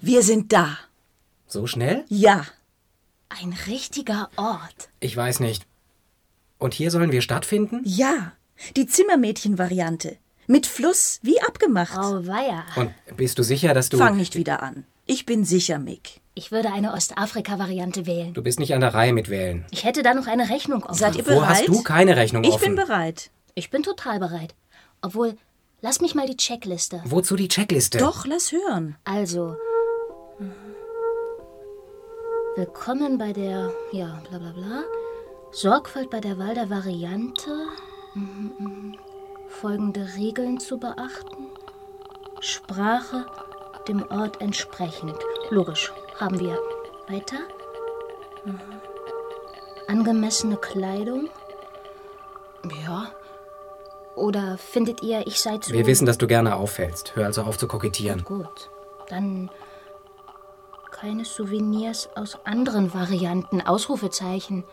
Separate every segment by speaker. Speaker 1: Wir sind da.
Speaker 2: So schnell?
Speaker 1: Ja.
Speaker 3: Ein richtiger Ort.
Speaker 2: Ich weiß nicht. Und hier sollen wir stattfinden?
Speaker 1: Ja. Die Zimmermädchen-Variante. Mit Fluss, wie abgemacht.
Speaker 3: Auweia.
Speaker 2: Und bist du sicher, dass du.
Speaker 1: Fang nicht wieder an. Ich bin sicher, Mick.
Speaker 3: Ich würde eine Ostafrika-Variante wählen.
Speaker 2: Du bist nicht an der Reihe mit wählen.
Speaker 3: Ich hätte da noch eine Rechnung offen.
Speaker 1: Seid ihr
Speaker 2: Wo
Speaker 1: bereit?
Speaker 2: hast du keine Rechnung
Speaker 1: ich bin
Speaker 2: offen?
Speaker 1: bereit.
Speaker 3: ich bin total bereit. Obwohl, lass mich mal die Checkliste.
Speaker 2: Wozu die Checkliste?
Speaker 1: Doch, lass hören.
Speaker 3: Also. Willkommen bei der. Ja, bla bla bla. Sorgfalt bei der Wahl der Variante. Mhm, mhm. Folgende Regeln zu beachten. Sprache dem Ort entsprechend. Logisch. Haben wir. Weiter. Mhm. Angemessene Kleidung. Ja. Oder findet ihr, ich sei zu.
Speaker 2: Wir wissen, dass du gerne auffällst. Hör also auf zu kokettieren.
Speaker 3: Gut, dann keine Souvenirs aus anderen Varianten. Ausrufezeichen.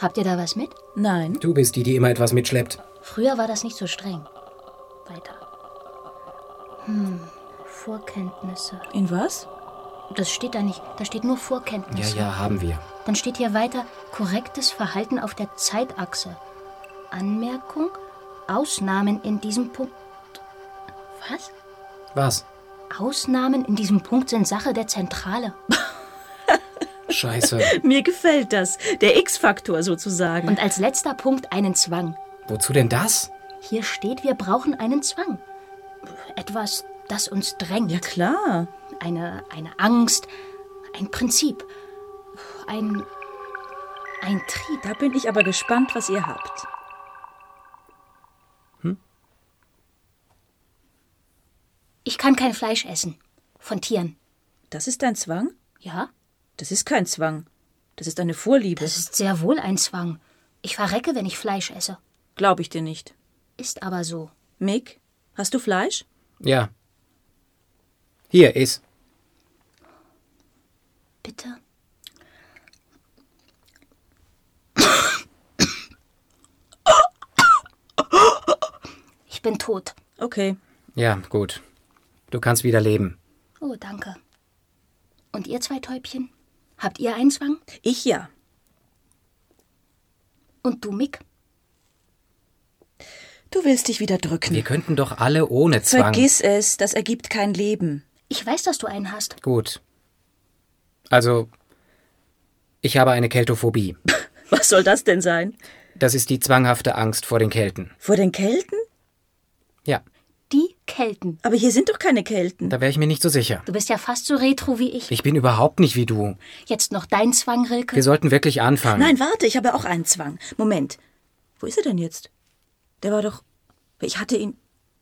Speaker 3: Habt ihr da was mit?
Speaker 1: Nein.
Speaker 2: Du bist die, die immer etwas mitschleppt.
Speaker 3: Früher war das nicht so streng. Weiter. Hm, Vorkenntnisse.
Speaker 1: In was?
Speaker 3: Das steht da nicht. Da steht nur
Speaker 2: Ja,
Speaker 3: Vorkenntnisse.
Speaker 2: ja, haben wir.
Speaker 3: Dann steht hier weiter korrektes Verhalten auf der Zeitachse. Anmerkung, Ausnahmen in diesem Punkt. Was?
Speaker 2: Was?
Speaker 3: Ausnahmen in diesem Punkt sind Sache der Zentrale.
Speaker 2: Scheiße.
Speaker 1: Mir gefällt das. Der X-Faktor sozusagen.
Speaker 3: Und als letzter Punkt einen Zwang.
Speaker 2: Wozu denn das?
Speaker 3: Hier steht, wir brauchen einen Zwang. Etwas, das uns drängt.
Speaker 1: ja, klar.
Speaker 3: Eine, eine Angst, ein Prinzip, ein, ein Trieb.
Speaker 1: Da bin ich aber gespannt, was ihr habt.
Speaker 3: Ich kann kein Fleisch essen. Von Tieren.
Speaker 1: Das ist ein Zwang?
Speaker 3: Ja,
Speaker 1: Das ist kein Zwang. Das ist eine Vorliebe.
Speaker 3: das ist sehr wohl ein Zwang. Ich verrecke, wenn ich Fleisch esse.
Speaker 1: Glaube ich dir nicht.
Speaker 3: Ist aber so.
Speaker 1: Mick, hast du Fleisch?
Speaker 2: Ja. Hier, iss.
Speaker 3: Bitte? Ich bin tot.
Speaker 1: Okay.
Speaker 2: Ja, gut. Du kannst wieder leben.
Speaker 3: Oh, danke. Und ihr zwei Täubchen? Habt ihr einen Zwang?
Speaker 1: Ich ja.
Speaker 3: Und du, Mick?
Speaker 1: Du willst dich wieder drücken.
Speaker 2: Wir könnten doch alle ohne Zwang.
Speaker 1: Vergiss es, das ergibt kein Leben.
Speaker 3: Ich weiß, dass du einen hast.
Speaker 2: Gut. Also, ich habe eine Keltophobie.
Speaker 1: Was soll das denn sein?
Speaker 2: Das ist die zwanghafte Angst vor den Kelten.
Speaker 1: Vor den Kelten?
Speaker 2: Ja,
Speaker 3: Die Kelten.
Speaker 1: Aber hier sind doch keine Kelten.
Speaker 2: da wäre ich mir nicht so sicher.
Speaker 3: Du bist ja fast so retro wie ich.
Speaker 2: Ich bin überhaupt nicht wie du.
Speaker 3: Jetzt noch dein Zwang, Rilke.
Speaker 2: Wir sollten wirklich anfangen.
Speaker 1: Nein, warte, ich habe auch einen Zwang. Moment. Wo ist er denn jetzt? Der war doch. Ich hatte ihn.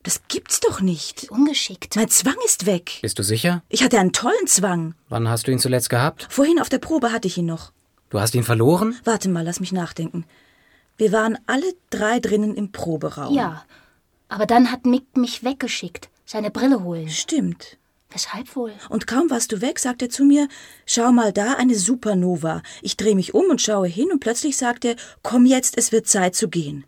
Speaker 1: Das gibt's doch nicht.
Speaker 3: Ungeschickt.
Speaker 1: Mein Zwang ist weg.
Speaker 2: Bist du sicher?
Speaker 1: Ich hatte einen tollen Zwang.
Speaker 2: Wann hast du ihn zuletzt gehabt?
Speaker 1: Vorhin auf der Probe hatte ich ihn noch.
Speaker 2: Du hast ihn verloren?
Speaker 1: Warte mal, lass mich nachdenken. Wir waren alle drei drinnen im Proberaum.
Speaker 3: Ja. Aber dann hat Mick mich weggeschickt. Seine Brille holen.
Speaker 1: Stimmt.
Speaker 3: Weshalb wohl?
Speaker 1: Und kaum warst du weg, sagt er zu mir, schau mal da, eine Supernova. Ich drehe mich um und schaue hin und plötzlich sagt er, komm jetzt, es wird Zeit zu gehen.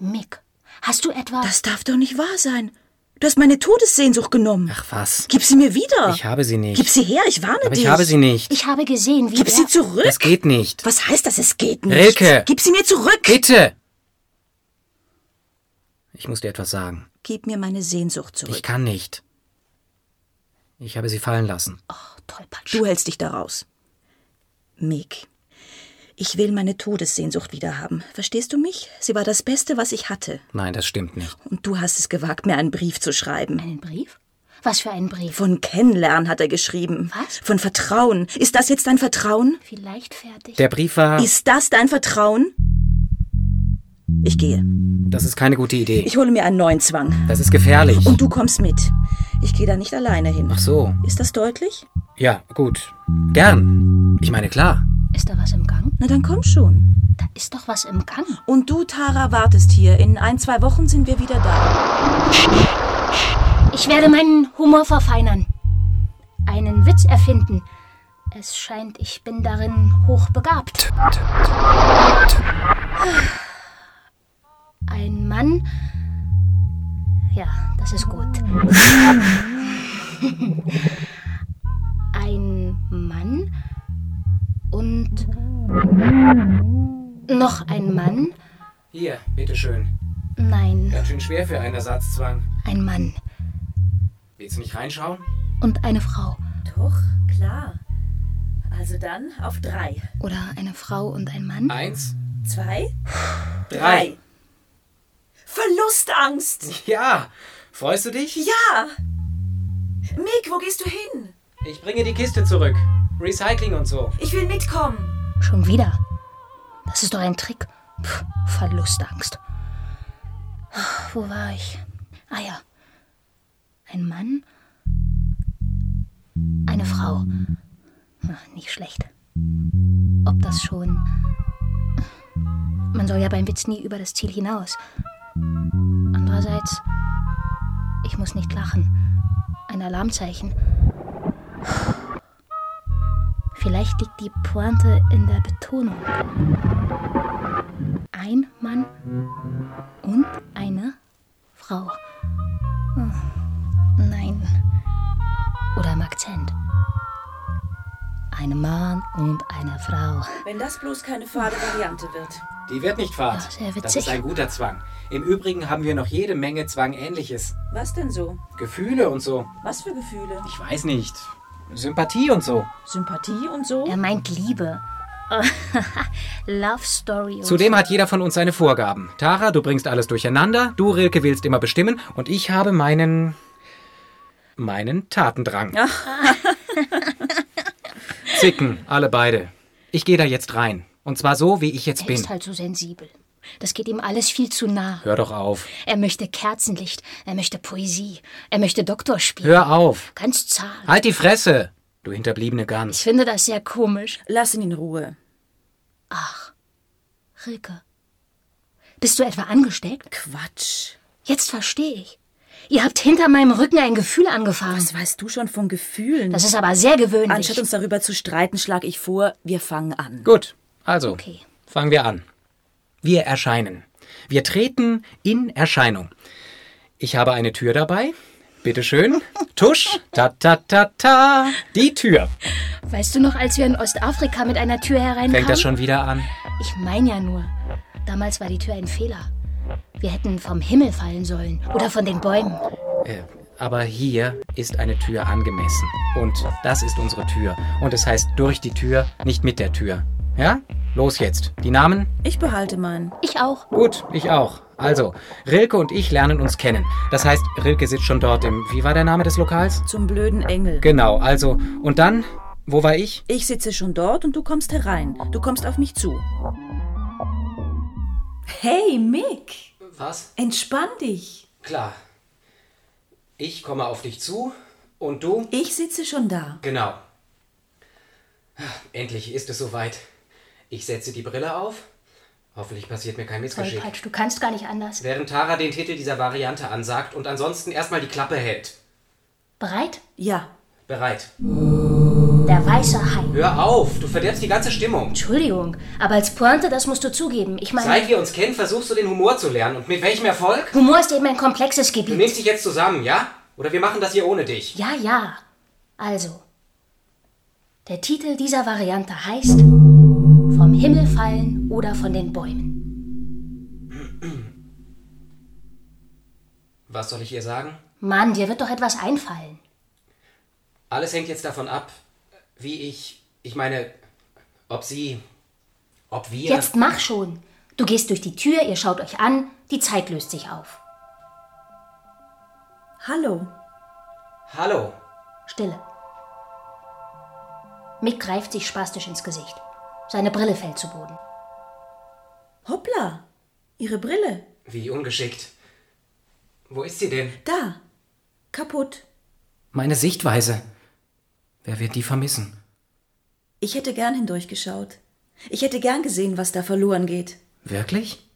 Speaker 3: Mick, hast du etwa...
Speaker 1: Das darf doch nicht wahr sein. Du hast meine Todessehnsucht genommen.
Speaker 2: Ach was.
Speaker 1: Gib sie mir wieder.
Speaker 2: Ich habe sie nicht.
Speaker 1: Gib sie her, ich warne
Speaker 2: Aber
Speaker 1: dich.
Speaker 2: ich habe sie nicht.
Speaker 3: ich habe gesehen, wie
Speaker 1: Gib
Speaker 3: er...
Speaker 1: sie zurück.
Speaker 2: Das geht nicht.
Speaker 1: Was heißt das, es geht nicht?
Speaker 2: Rilke.
Speaker 1: Gib sie mir zurück.
Speaker 2: Bitte! Ich muss dir etwas sagen.
Speaker 1: Gib mir meine Sehnsucht zurück.
Speaker 2: Ich kann nicht. Ich habe sie fallen lassen.
Speaker 3: Oh, Tollpatsch.
Speaker 1: Du hältst dich daraus. Meg, ich will meine Todessehnsucht wieder haben. Verstehst du mich? Sie war das Beste, was ich hatte.
Speaker 2: Nein, das stimmt nicht.
Speaker 1: Und du hast es gewagt, mir einen Brief zu schreiben.
Speaker 3: Einen Brief? Was für einen Brief?
Speaker 1: Von Kennenlernen hat er geschrieben.
Speaker 3: Was?
Speaker 1: Von Vertrauen. Ist das jetzt dein Vertrauen?
Speaker 3: Wie leichtfertig.
Speaker 2: Der Brief war.
Speaker 1: Ist das dein Vertrauen? Ich gehe.
Speaker 2: Das ist keine gute Idee.
Speaker 1: Ich Oh hole mir einen neuen Zwang.
Speaker 2: Das ist gefährlich.
Speaker 1: Und du kommst mit. Ich gehe da nicht alleine hin.
Speaker 2: Ach so.
Speaker 1: Ist das deutlich?
Speaker 2: Ja, gut. Gern. Ich meine, klar.
Speaker 3: Ist da was im Gang?
Speaker 1: Na dann komm schon.
Speaker 3: Da ist doch was im Gang.
Speaker 1: Und du, Tara, wartest hier. In ein, zwei Wochen sind wir wieder da.
Speaker 3: Ich werde meinen Humor verfeinern. Einen Witz erfinden. Es scheint, ich bin darin hochbegabt. Ein Mann. Ja, das ist gut. Mann und noch ein Mann.
Speaker 2: Hier, bitteschön.
Speaker 3: Nein,
Speaker 2: Ganz schön schwer für einen Ersatzzwang.
Speaker 3: ein Mann
Speaker 2: Willst du nicht reinschauen?
Speaker 3: und eine Frau.
Speaker 4: Doch, klar. Also dann auf drei.
Speaker 3: Oder eine Frau und ein Mann.
Speaker 2: Eins,
Speaker 4: Zwei,
Speaker 2: drei.
Speaker 4: Verlustangst!
Speaker 2: Ja, freust du dich?
Speaker 4: Ja! Mick, wo gehst du hin?
Speaker 2: Ich bringe die Kiste zurück. Recycling und so.
Speaker 4: Ich will mitkommen.
Speaker 3: Schon wieder. Das ist doch ein Trick. Pff, Verlustangst. Wo war ich? Ah ja. Ein Mann. Eine Frau. Hm, Nicht schlecht. Ob das schon. Man soll ja beim Witz nie über das Ziel hinaus. Andererseits, ich muss nicht lachen. Ein Alarmzeichen. Vielleicht liegt die Pointe in der Betonung. Ein Mann und eine Frau. Hm, Nein. Oder im Akzent. Ein Mann und eine Frau.
Speaker 4: Wenn das bloß keine fade Variante wird.
Speaker 2: Die wird nicht fad.
Speaker 3: Ja, sehr witzig.
Speaker 2: Das ist ein guter Zwang. Im Übrigen haben wir noch jede Menge Zwangähnliches.
Speaker 4: Was denn so?
Speaker 2: Gefühle und so.
Speaker 4: Was für Gefühle?
Speaker 2: Ich weiß nicht. Sympathie und so.
Speaker 4: Sympathie und so?
Speaker 3: Er meint Liebe. Love Story. und
Speaker 2: Zudem hat jeder von uns seine Vorgaben. Tara, du bringst alles durcheinander, du, Rilke, willst immer bestimmen und ich habe meinen. meinen Tatendrang. Zicken, alle beide. Ich gehe da jetzt rein. Und zwar so, wie ich jetzt
Speaker 3: Er
Speaker 2: bin.
Speaker 3: ist halt so sensibel. Das geht ihm alles viel zu nah.
Speaker 2: Hör doch auf.
Speaker 3: Er möchte Kerzenlicht, er möchte Poesie, er möchte Doktor spielen.
Speaker 2: Hör auf.
Speaker 3: Ganz zart.
Speaker 2: Halt die Fresse, du hinterbliebene Gans.
Speaker 3: Ich finde das sehr komisch.
Speaker 1: Lass ihn in Ruhe.
Speaker 3: Ach, Rilke. Bist du etwa angesteckt?
Speaker 1: Quatsch.
Speaker 3: Jetzt verstehe ich. Ihr habt hinter meinem Rücken ein Gefühl angefahren.
Speaker 1: Was weißt du schon von Gefühlen?
Speaker 3: Das ist aber sehr gewöhnlich.
Speaker 1: Anstatt uns darüber zu streiten, schlage ich vor, wir fangen an.
Speaker 2: Gut, also
Speaker 3: Okay.
Speaker 2: fangen wir an. Wir erscheinen. Wir treten in Erscheinung. Ich habe eine Tür dabei. Bitte schön. Tusch. Ta ta ta ta. Die Tür.
Speaker 3: weißt du noch, als wir in Ostafrika mit einer Tür hereinkamen?
Speaker 2: Fängt das schon wieder an?
Speaker 3: Ich meine ja nur, damals war die Tür ein Fehler. Wir hätten vom Himmel fallen sollen oder von den Bäumen.
Speaker 2: Äh, aber hier ist eine Tür angemessen. Und das ist unsere Tür. Und es heißt durch die Tür, nicht mit der Tür. Ja? Los jetzt. Die Namen?
Speaker 1: Ich behalte meinen.
Speaker 3: Ich auch.
Speaker 2: Gut, ich auch. Also, Rilke und ich lernen uns kennen. Das heißt, Rilke sitzt schon dort im. Wie war der Name des Lokals?
Speaker 1: Zum blöden Engel.
Speaker 2: Genau, also, und dann, wo war ich?
Speaker 1: Ich sitze schon dort und du kommst herein. Du kommst auf mich zu.
Speaker 4: Hey, Mick!
Speaker 2: Was?
Speaker 4: Entspann dich.
Speaker 2: Klar. Ich komme auf dich zu und du?
Speaker 4: Ich sitze schon da.
Speaker 2: Genau. Endlich ist es soweit. Ich setze die Brille auf. Hoffentlich passiert mir kein Missgeschick.
Speaker 3: Tollpatsch, du kannst gar nicht anders.
Speaker 2: Während Tara den Titel dieser Variante ansagt und ansonsten erstmal die Klappe hält.
Speaker 3: Bereit?
Speaker 1: Ja,
Speaker 2: Bereit.
Speaker 3: Der weiße Hai.
Speaker 2: Hör auf, du verderbst die ganze Stimmung.
Speaker 3: Entschuldigung, aber als Pointe, das musst du zugeben. Ich meine,
Speaker 2: Seit wir uns kennen, versuchst du den Humor zu lernen. Und mit welchem Erfolg?
Speaker 3: Humor ist eben ein komplexes
Speaker 2: Du
Speaker 3: Gebiet.
Speaker 2: nimmst dich jetzt zusammen, ja? Oder wir machen das hier ohne dich.
Speaker 3: Ja, ja. Also, der Titel dieser Variante heißt Vom Himmel fallen oder von den Bäumen.
Speaker 2: Was soll ich ihr sagen?
Speaker 3: Mann, dir wird doch etwas einfallen.
Speaker 2: Alles hängt jetzt davon ab, wie ich, ich meine, ob sie, ob wir.
Speaker 3: Jetzt mach schon. Du gehst durch die Tür, ihr schaut euch an, die Zeit löst sich auf.
Speaker 1: hallo.
Speaker 2: Hallo.
Speaker 3: Stille. Mick greift sich spastisch ins Gesicht. Seine Brille fällt zu Boden.
Speaker 1: Hoppla. Ihre Brille.
Speaker 2: Wie ungeschickt. Wo ist sie denn?
Speaker 1: Da. Kaputt.
Speaker 2: Meine Sichtweise. Wer wird die vermissen?
Speaker 1: Ich hätte gern hindurchgeschaut. Ich hätte gern gesehen, was da verloren geht.
Speaker 2: Wirklich?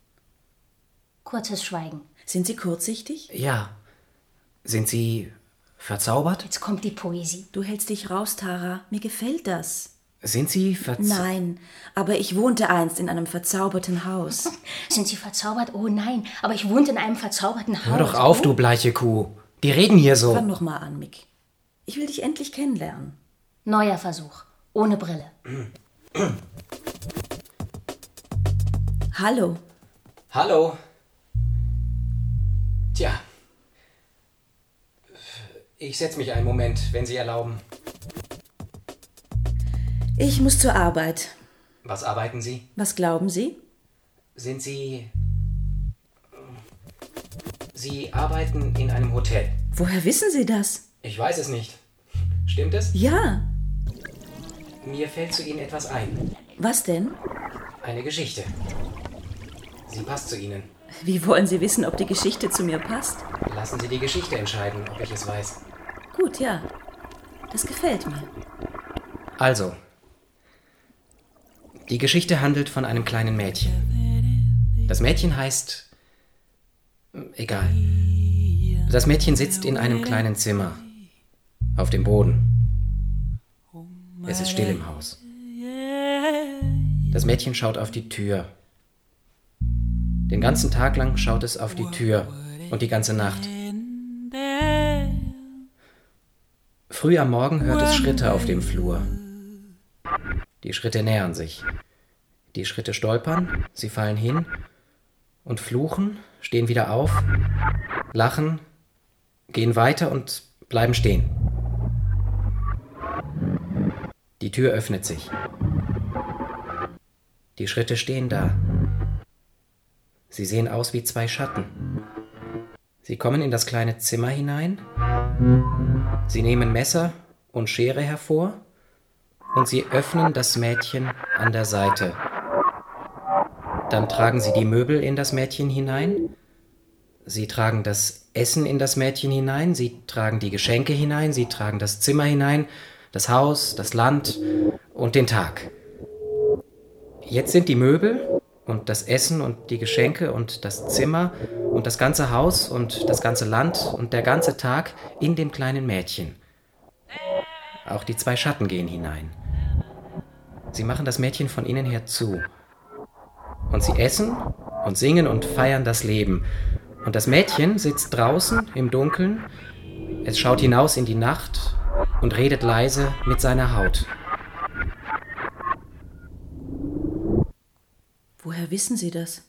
Speaker 3: Kurzes Schweigen.
Speaker 1: Sind Sie kurzsichtig?
Speaker 2: Ja. Sind sie verzaubert?
Speaker 3: Jetzt kommt die Poesie.
Speaker 1: Du hältst dich raus, Tara. Mir gefällt das.
Speaker 2: Sind sie verzaubert?
Speaker 1: Nein, aber ich wohnte einst in einem verzauberten Haus.
Speaker 3: Sind sie verzaubert? Oh nein, aber ich wohnte in einem verzauberten Haus.
Speaker 2: Hör doch auf, du bleiche Kuh. Die reden hier so.
Speaker 1: Fang noch mal an, Mick. Ich will dich endlich kennenlernen.
Speaker 3: Neuer Versuch. Ohne Brille.
Speaker 1: Hallo.
Speaker 2: Hallo. Tja. Ich setze mich einen Moment, wenn Sie erlauben.
Speaker 1: Ich muss zur Arbeit.
Speaker 2: Was arbeiten Sie?
Speaker 1: Was glauben Sie?
Speaker 2: Sind Sie. Sie arbeiten in einem Hotel.
Speaker 1: Woher wissen Sie das?
Speaker 2: Ich weiß es nicht. Stimmt es?
Speaker 1: Ja.
Speaker 2: Mir fällt zu Ihnen etwas ein.
Speaker 1: Was denn?
Speaker 2: Eine Geschichte. Sie passt zu Ihnen.
Speaker 1: Wie wollen Sie wissen, ob die Geschichte zu mir passt?
Speaker 2: Lassen Sie die Geschichte entscheiden, ob ich es weiß.
Speaker 1: Gut, ja. Das gefällt mir.
Speaker 2: Also, die Geschichte handelt von einem kleinen Mädchen. Das Mädchen heißt. äh, Egal. Das Mädchen sitzt in einem kleinen Zimmer. Auf dem Boden. Es ist still im Haus. Das Mädchen schaut auf die Tür. Den ganzen Tag lang schaut es auf die Tür und die ganze Nacht. Früh am Morgen hört es Schritte auf dem Flur. Die Schritte nähern sich. Die Schritte stolpern, sie fallen hin und fluchen, stehen wieder auf, lachen, gehen weiter und bleiben stehen. Die Tür öffnet sich. Die Schritte stehen da. Sie sehen aus wie zwei Schatten. Sie kommen in das kleine Zimmer hinein. Sie nehmen Messer und Schere hervor und sie öffnen das Mädchen an der Seite. Dann tragen sie die Möbel in das Mädchen hinein. Sie tragen das Essen in das Mädchen hinein. Sie tragen die Geschenke hinein. Sie tragen das Zimmer hinein, das Haus, das Land und den Tag. Jetzt sind die Möbel und das Essen und die Geschenke und das Zimmer und das ganze Haus und das ganze Land und der ganze Tag in dem kleinen Mädchen. Auch die zwei Schatten gehen hinein. Sie machen das Mädchen von innen her zu. Und sie essen und singen und feiern das Leben. Und das Mädchen sitzt draußen im Dunkeln. Es schaut hinaus in die Nacht und redet leise mit seiner Haut.
Speaker 1: Woher wissen Sie das?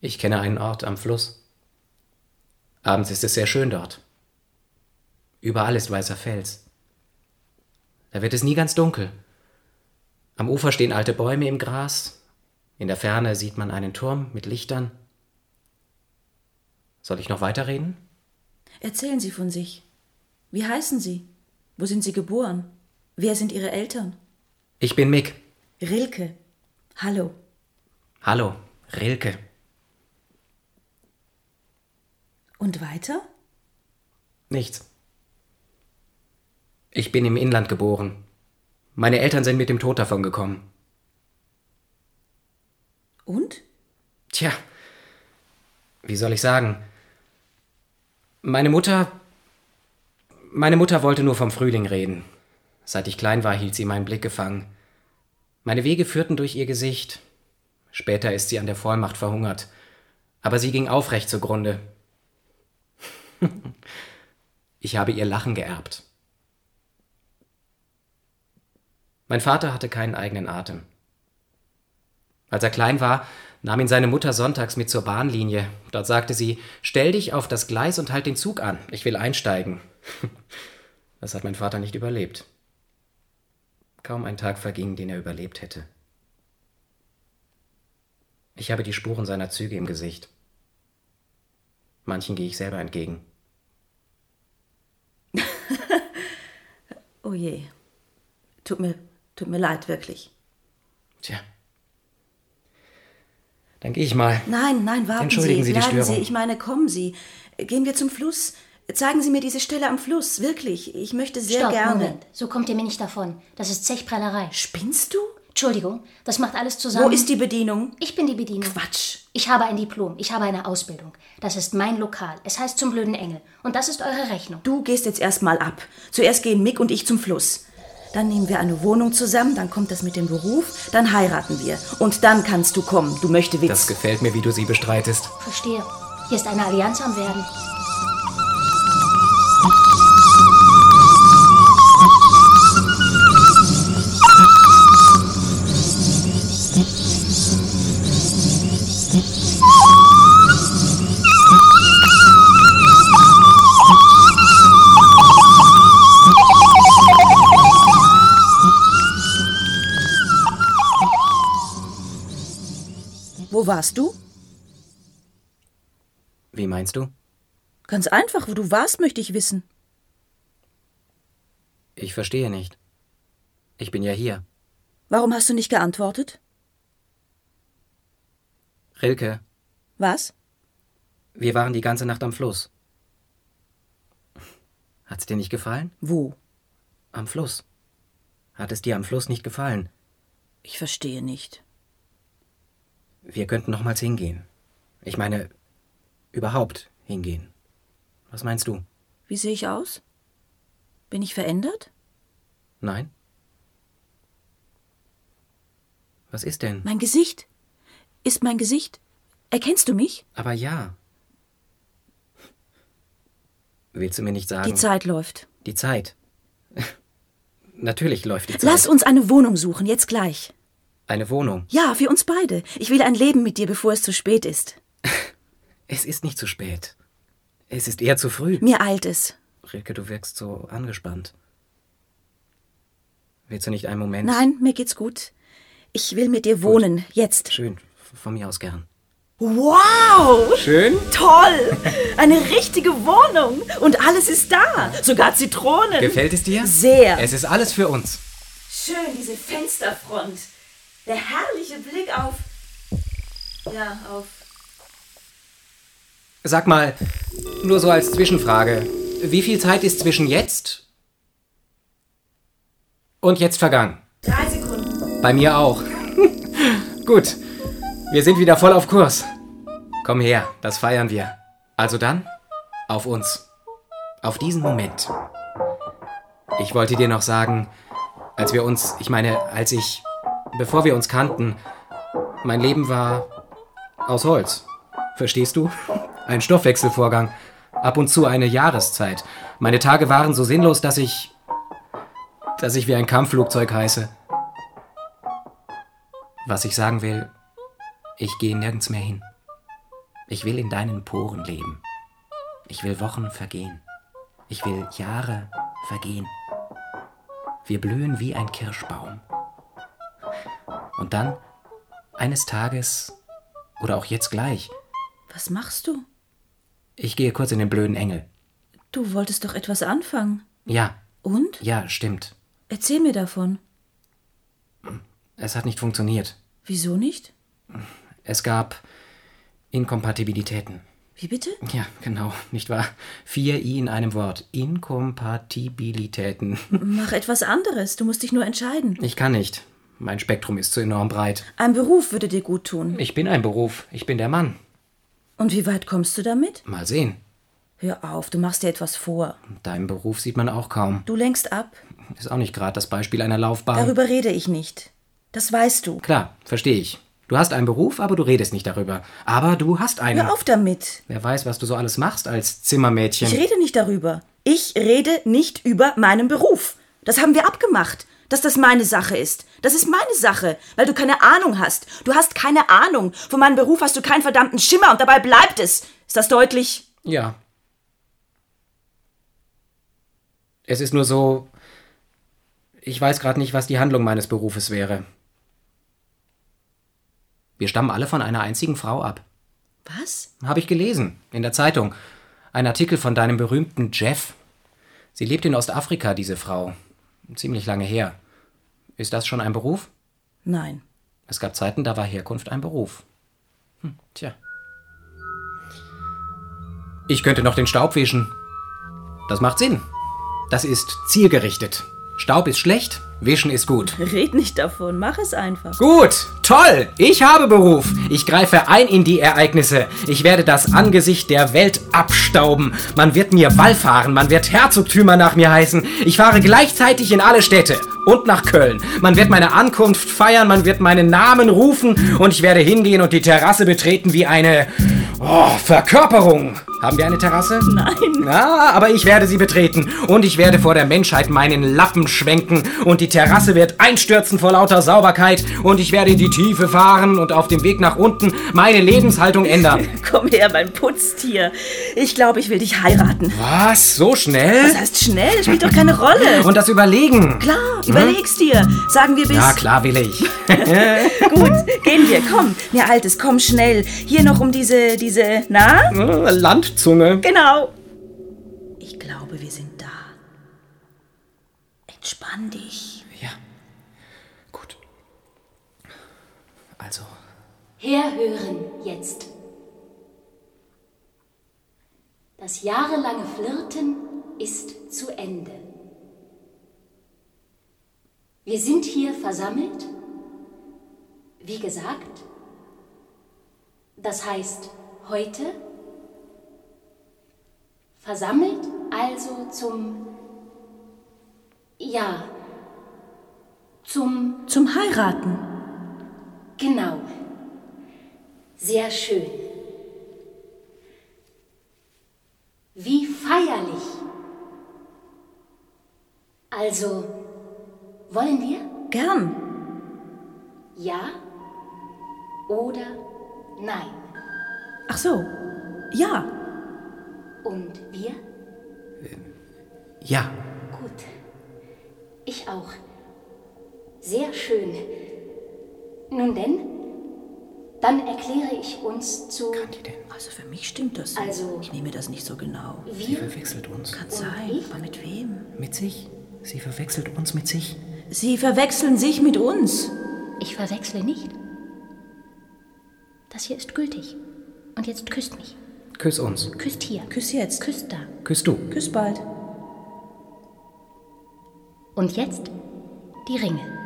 Speaker 2: Ich kenne einen Ort am Fluss. Abends ist es sehr schön dort. Überall ist weißer Fels. Da wird es nie ganz dunkel. Am Ufer stehen alte Bäume im Gras. In der Ferne sieht man einen Turm mit Lichtern. Soll ich noch weiterreden?
Speaker 1: Erzählen Sie von sich. Wie heißen Sie? Wo sind Sie geboren? Wer sind Ihre Eltern?
Speaker 2: Ich bin Mick.
Speaker 1: Rilke. Hallo.
Speaker 2: Hallo, Rilke.
Speaker 1: Und weiter?
Speaker 2: Nichts. Ich bin im Inland geboren. Meine Eltern sind mit dem Tod davongekommen.
Speaker 1: Und?
Speaker 2: Tja, wie soll ich sagen? Meine Mutter. Meine Mutter wollte nur vom Frühling reden. Seit ich klein war, hielt sie meinen Blick gefangen. Meine Wege führten durch ihr Gesicht. Später ist sie an der Vollmacht verhungert. Aber sie ging aufrecht zugrunde. ich habe ihr Lachen geerbt. Mein Vater hatte keinen eigenen Atem. Als er klein war, nahm ihn seine Mutter sonntags mit zur Bahnlinie. Dort sagte sie, stell dich auf das Gleis und halt den Zug an, ich will einsteigen. Das hat mein Vater nicht überlebt. Kaum ein Tag verging, den er überlebt hätte. Ich habe die Spuren seiner Züge im Gesicht. Manchen gehe ich selber entgegen.
Speaker 1: Oh je. Tut mir, tut mir leid, wirklich.
Speaker 2: Tja. Dann gehe ich mal.
Speaker 1: Nein, nein, warten
Speaker 2: Entschuldigen Sie die
Speaker 1: bleiben
Speaker 2: Störung.
Speaker 1: Sie, ich meine, kommen Sie. Gehen wir zum Fluss. Zeigen Sie mir diese Stelle am Fluss, wirklich. Ich möchte sehr
Speaker 3: Stopp,
Speaker 1: gerne.
Speaker 3: Moment. So kommt ihr mir nicht davon. Das ist Zechprellerei.
Speaker 1: Spinnst du?
Speaker 3: Entschuldigung, das macht alles
Speaker 1: Wo
Speaker 3: zusammen.
Speaker 1: ist die Bedienung?
Speaker 3: Ich bin die Bedienung.
Speaker 1: Quatsch.
Speaker 3: Ich habe ein Diplom, ich habe eine Ausbildung. Das ist mein Lokal. Es heißt zum blöden Engel. Und das ist eure Rechnung.
Speaker 1: Du gehst jetzt erstmal ab. Zuerst gehen Mick und ich zum Fluss. Dann nehmen wir eine Wohnung zusammen, dann kommt das mit dem Beruf, dann heiraten wir. Und dann kannst du kommen, du möchte
Speaker 2: Das
Speaker 1: Witz.
Speaker 2: gefällt mir, wie du sie bestreitest.
Speaker 3: Verstehe. Hier ist eine Allianz am Werden.
Speaker 1: Wo warst du?
Speaker 2: Wie meinst du?
Speaker 1: Ganz einfach, wo du warst, möchte ich wissen.
Speaker 2: Ich verstehe nicht. Ich bin ja hier.
Speaker 1: Warum hast du nicht geantwortet?
Speaker 2: Rilke,
Speaker 1: Was?
Speaker 2: wir waren die ganze Nacht am Fluss. Hat's dir nicht gefallen?
Speaker 1: Wo?
Speaker 2: Am Fluss. Hat es dir am Fluss nicht gefallen?
Speaker 1: Ich verstehe nicht.
Speaker 2: Wir könnten nochmals hingehen. Ich meine, überhaupt hingehen. Was meinst du?
Speaker 1: Wie sehe ich aus? Bin ich verändert?
Speaker 2: Nein? Was ist denn?
Speaker 1: Mein Gesicht? Ist mein Gesicht? Erkennst du mich?
Speaker 2: Aber ja. Willst du mir nicht sagen?
Speaker 1: Die Zeit läuft.
Speaker 2: Die Also Zeit. Natürlich läuft die Zeit.
Speaker 1: Lass uns eine Wohnung suchen, jetzt gleich.
Speaker 2: Eine Wohnung.
Speaker 1: Ja, für uns beide. Ich will ein Leben mit dir, bevor es zu spät ist.
Speaker 2: Es ist nicht zu spät. Es ist eher zu früh.
Speaker 1: Mir eilt es.
Speaker 2: Rilke, du wirkst so angespannt. Willst du nicht einen Moment?
Speaker 1: Nein, mir geht's gut. Ich will mit dir wohnen, jetzt.
Speaker 2: Schön, f- von mir aus gern.
Speaker 1: Wow!
Speaker 2: Schön?
Speaker 1: Toll! Eine richtige Wohnung! Und alles ist da! Sogar Zitronen!
Speaker 2: Gefällt es dir?
Speaker 1: Ähm, Sehr.
Speaker 2: Es ist alles für uns.
Speaker 4: Schön, diese Fensterfront. Der herrliche Blick auf. Ja, auf.
Speaker 2: Sag mal, nur so als Zwischenfrage. Wie viel Zeit ist zwischen jetzt und jetzt vergangen?
Speaker 4: Drei Sekunden.
Speaker 2: Bei mir auch. Gut, wir sind wieder voll auf Kurs. Komm her, das feiern wir. Also dann, auf uns. Auf diesen Moment. Ich wollte dir noch sagen, als wir uns, ich meine, als ich, bevor wir uns kannten, mein Leben war aus Holz. Verstehst du? Ein Stoffwechselvorgang. Ab und zu eine Jahreszeit. Meine Tage waren so sinnlos, dass ich, dass ich wie ein Kampfflugzeug heiße. Was ich sagen will, ich gehe nirgends mehr hin. Ich will in deinen Poren leben. Ich will Wochen vergehen. Ich will Jahre vergehen. Wir blühen wie ein Kirschbaum. Und dann, eines Tages, oder auch jetzt gleich,
Speaker 1: Was machst du?
Speaker 2: ich gehe kurz in den blöden Engel.
Speaker 1: Du wolltest doch etwas anfangen.
Speaker 2: Ja,
Speaker 1: Und?
Speaker 2: ja, stimmt.
Speaker 1: Erzähl mir davon.
Speaker 2: Es hat nicht funktioniert.
Speaker 1: Wieso nicht?
Speaker 2: Es gab Inkompatibilitäten.
Speaker 1: Wie bitte?
Speaker 2: Ja, genau, nicht wahr? Vier I in einem Wort. Inkompatibilitäten.
Speaker 1: Mach etwas anderes. Du musst dich nur entscheiden.
Speaker 2: Ich kann nicht. Mein Spektrum ist zu enorm breit.
Speaker 1: Ein Beruf würde dir gut tun.
Speaker 2: Ich bin ein Beruf. Ich bin der Mann.
Speaker 1: Und wie weit kommst du damit?
Speaker 2: Mal sehen.
Speaker 1: Hör auf, du machst dir etwas vor.
Speaker 2: Deinen Beruf sieht man auch kaum.
Speaker 1: Du lenkst ab.
Speaker 2: Ist auch nicht gerade das Beispiel einer Laufbahn.
Speaker 1: Darüber rede ich nicht. Das weißt du.
Speaker 2: Klar, verstehe ich. Du hast einen Beruf, aber du redest nicht darüber. Aber du hast einen.
Speaker 1: Hör auf damit.
Speaker 2: Wer weiß, was du so alles machst als Zimmermädchen.
Speaker 1: Ich rede nicht darüber. Ich rede nicht über meinen Beruf. Das haben wir abgemacht, dass das meine Sache ist. Das ist meine Sache, weil du keine Ahnung hast. Du hast keine Ahnung. Von meinem Beruf hast du keinen verdammten Schimmer und dabei bleibt es. Ist das deutlich?
Speaker 2: Ja. Es ist nur so, ich weiß gerade nicht, was die Handlung meines Berufes wäre. Wir stammen alle von einer einzigen Frau ab.
Speaker 1: Was?
Speaker 2: Habe ich gelesen, in der Zeitung. Ein Artikel von deinem berühmten Jeff. Sie lebt in Ostafrika, diese Frau. Ziemlich lange her. Ist das schon ein Beruf?
Speaker 1: Nein.
Speaker 2: Es gab Zeiten, da war Herkunft ein Beruf. Hm, tja. Ich könnte noch den Staub wischen. Das macht Sinn. Das ist zielgerichtet. Staub ist schlecht, wischen ist gut.
Speaker 1: Red nicht davon. Mach es einfach.
Speaker 2: Gut, toll. Ich habe Beruf. Ich greife ein in die Ereignisse. Ich werde das Angesicht der Welt abstauben. Man wird mir wallfahren. Man wird Herzogtümer nach mir heißen. Ich fahre gleichzeitig in alle Städte und nach Köln. Man wird meine Ankunft feiern. Man wird meinen Namen rufen. Und ich werde hingehen und die Terrasse betreten wie eine oh, Verkörperung. Haben wir eine Terrasse?
Speaker 1: Nein.
Speaker 2: Ja, aber ich werde sie betreten und ich werde vor der Menschheit meinen Lappen schwenken und die Terrasse wird einstürzen vor lauter Sauberkeit und ich werde in die Tiefe fahren und auf dem Weg nach unten meine Lebenshaltung ändern.
Speaker 1: Komm her, mein Putztier. Ich glaube, ich will dich heiraten.
Speaker 2: Was? So schnell?
Speaker 1: Das heißt schnell, spielt doch keine Rolle.
Speaker 2: Und das Überlegen?
Speaker 1: Klar, überleg's dir. Sagen wir bis.
Speaker 2: Ja, klar will ich.
Speaker 1: Gut, gehen wir, komm. Mir altes, komm schnell. Hier noch um diese, diese, na?
Speaker 2: Äh, Landzunge.
Speaker 1: Genau. Ich glaube, wir sind da. Entspann dich.
Speaker 2: Ja. Gut. Also,
Speaker 5: Herhören jetzt. Das jahrelange Flirten ist zu Ende. Wir sind hier versammelt. Wie gesagt, das heißt heute versammelt also zum ja zum
Speaker 1: Zum Heiraten.
Speaker 5: Genau. Sehr schön. Wie feierlich. Also, wollen wir?
Speaker 1: Gern.
Speaker 5: Ja oder nein?
Speaker 1: Ach so. Ja.
Speaker 5: Und wir?
Speaker 2: ja.
Speaker 5: Gut. Ich auch. Sehr schön. Nun denn, dann erkläre ich uns zu
Speaker 1: Also für mich stimmt das so.
Speaker 5: Also-
Speaker 1: ich nehme das nicht so genau.
Speaker 2: Sie
Speaker 5: wir.
Speaker 2: verwechselt uns.
Speaker 1: Kann sein, aber mit wem?
Speaker 2: Mit sich? Sie verwechselt uns mit sich?
Speaker 1: Sie verwechseln sich mit uns.
Speaker 3: Ich verwechsle nicht. Das hier ist gültig. Und jetzt küsst mich.
Speaker 2: Küss uns.
Speaker 3: Küsst hier.
Speaker 1: Küss jetzt.
Speaker 3: Küsst da.
Speaker 2: Küss du.
Speaker 1: Küss bald.
Speaker 3: Und jetzt die Ringe.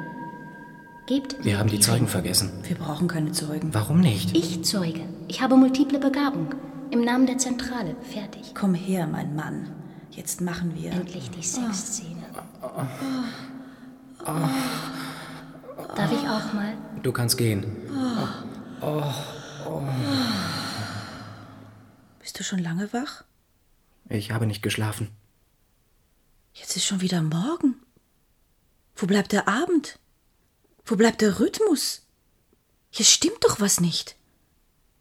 Speaker 3: Gebt.
Speaker 2: Wir
Speaker 3: mir
Speaker 2: haben die
Speaker 3: Ringe.
Speaker 2: Zeugen vergessen.
Speaker 1: Wir brauchen keine Zeugen.
Speaker 2: Warum nicht?
Speaker 3: Ich zeuge. Ich habe multiple Begabung. Im Namen der Zentrale. Fertig.
Speaker 1: Komm her, mein Mann. Jetzt machen wir.
Speaker 3: Endlich die Sexszene. Darf ich auch mal?
Speaker 2: Du kannst gehen.
Speaker 1: Bist du schon lange wach?
Speaker 2: Ich habe nicht geschlafen.
Speaker 1: Jetzt ist schon wieder Morgen. Wo bleibt der Abend? Wo bleibt der Rhythmus? Hier stimmt doch was nicht.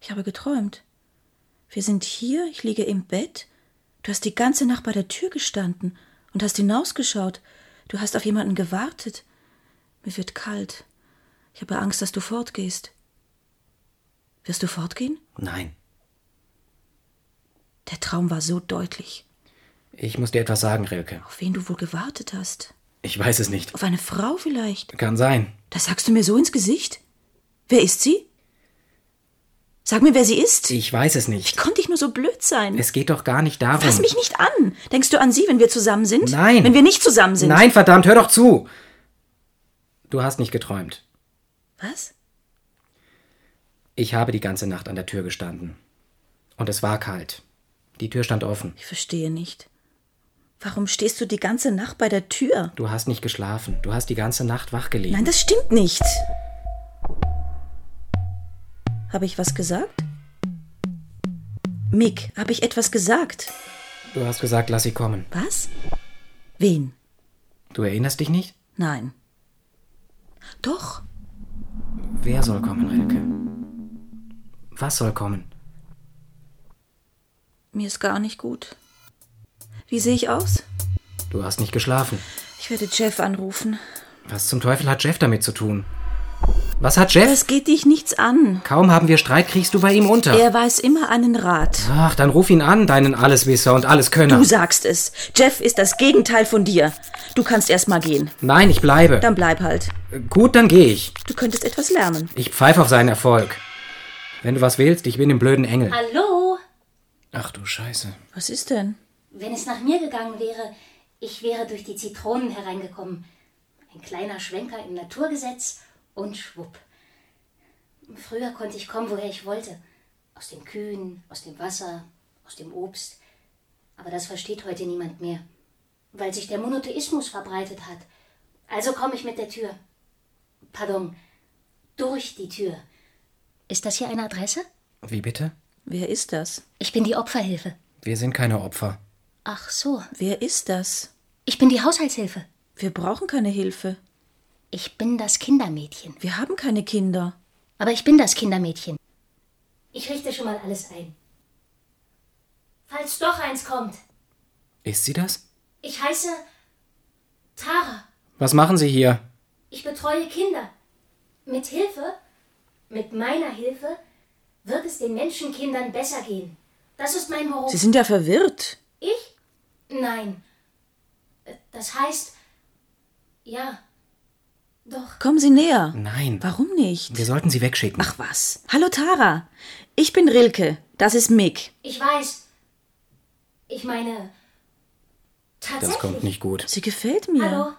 Speaker 1: Ich habe geträumt. Wir sind hier, ich liege im Bett. Du hast die ganze Nacht bei der Tür gestanden und hast hinausgeschaut. Du hast auf jemanden gewartet. Mir wird kalt. Ich habe Angst, dass du fortgehst. Wirst du fortgehen?
Speaker 2: Nein.
Speaker 1: Der Traum war so deutlich.
Speaker 2: Ich muss dir etwas sagen, Rilke.
Speaker 1: Auf wen du wohl gewartet hast?
Speaker 2: Ich weiß es nicht.
Speaker 1: Auf eine Frau vielleicht?
Speaker 2: Kann sein.
Speaker 1: Das sagst du mir so ins Gesicht? Wer ist sie? Sag mir, wer sie ist.
Speaker 2: Ich weiß es
Speaker 1: Wie
Speaker 2: nicht.
Speaker 1: konnte ich nur so blöd sein?
Speaker 2: Es geht doch gar nicht darum.
Speaker 1: Fass mich nicht an. Denkst du an sie, wenn wir zusammen sind?
Speaker 2: Nein.
Speaker 1: Wenn wir nicht zusammen sind?
Speaker 2: Nein, verdammt, hör doch zu. Du hast nicht geträumt.
Speaker 1: Was?
Speaker 2: Ich habe die ganze Nacht an der Tür gestanden. Und es war kalt. Die Tür stand offen.
Speaker 1: Ich verstehe nicht. Warum stehst du die ganze Nacht bei der Tür?
Speaker 2: Du hast nicht geschlafen. Du hast die ganze Nacht wachgelegen.
Speaker 1: Nein, das stimmt nicht. Habe ich was gesagt? Mick, habe ich etwas gesagt?
Speaker 2: Du hast gesagt, lass sie kommen.
Speaker 1: Was? Wen?
Speaker 2: Du erinnerst dich nicht?
Speaker 1: Nein. Doch,
Speaker 2: Wer soll kommen, Rilke? Was soll kommen?
Speaker 1: Mir ist gar nicht gut. Wie sehe ich aus?
Speaker 2: Du hast nicht geschlafen.
Speaker 1: Ich werde Jeff anrufen.
Speaker 2: Was zum Teufel hat Jeff damit zu tun? Was hat Jeff?
Speaker 1: Es geht dich nichts an.
Speaker 2: Kaum haben wir Streit, kriegst du bei ihm unter.
Speaker 1: Er weiß immer einen Rat.
Speaker 2: Ach, dann ruf ihn an, deinen Alleswisser und Alleskönner.
Speaker 1: Du sagst es. Jeff ist das Gegenteil von dir. Du kannst erst mal gehen.
Speaker 2: Nein, ich bleibe.
Speaker 1: Dann bleib halt.
Speaker 2: Gut, dann gehe ich.
Speaker 1: Du könntest etwas lernen.
Speaker 2: Ich pfeife auf seinen Erfolg. Wenn du was willst, ich bin im blöden Engel.
Speaker 5: Hallo?
Speaker 2: Ach du Scheiße.
Speaker 1: Was ist denn?
Speaker 5: Wenn es nach mir gegangen wäre, ich wäre durch die Zitronen hereingekommen. Ein kleiner Schwenker im Naturgesetz und schwupp. Früher konnte ich kommen, woher ich wollte. Aus den Kühen, aus dem Wasser, aus dem Obst. Aber das versteht heute niemand mehr, weil sich der Monotheismus verbreitet hat. Also komme ich mit der Tür. Pardon, durch die Tür.
Speaker 3: Ist das hier eine Adresse?
Speaker 2: Wie bitte?
Speaker 1: Wer ist das?
Speaker 3: Ich bin die Opferhilfe.
Speaker 2: Wir sind keine Opfer.
Speaker 3: Ach so.
Speaker 1: Wer ist das?
Speaker 3: Ich bin die Haushaltshilfe.
Speaker 1: Wir brauchen keine Hilfe.
Speaker 3: Ich bin das Kindermädchen.
Speaker 1: Wir haben keine Kinder.
Speaker 3: Aber ich bin das Kindermädchen.
Speaker 5: Ich richte schon mal alles ein. Falls doch eins kommt.
Speaker 2: Ist sie das?
Speaker 5: Ich heiße Tara.
Speaker 2: Was machen Sie hier?
Speaker 5: Ich betreue Kinder. Mit Hilfe, mit meiner Hilfe, wird es den Menschenkindern besser gehen. Das ist mein Beruf.
Speaker 1: Sie sind ja verwirrt.
Speaker 5: Ich? Nein. Das heißt, ja, doch.
Speaker 1: Kommen Sie näher.
Speaker 2: Nein.
Speaker 1: Warum nicht?
Speaker 2: Wir sollten sie wegschicken.
Speaker 1: Ach was. Hallo Tara. Ich bin Rilke. Das ist Mick.
Speaker 5: Ich weiß. Ich meine, tatsächlich.
Speaker 2: das kommt nicht gut.
Speaker 1: Sie gefällt mir.
Speaker 5: Hallo,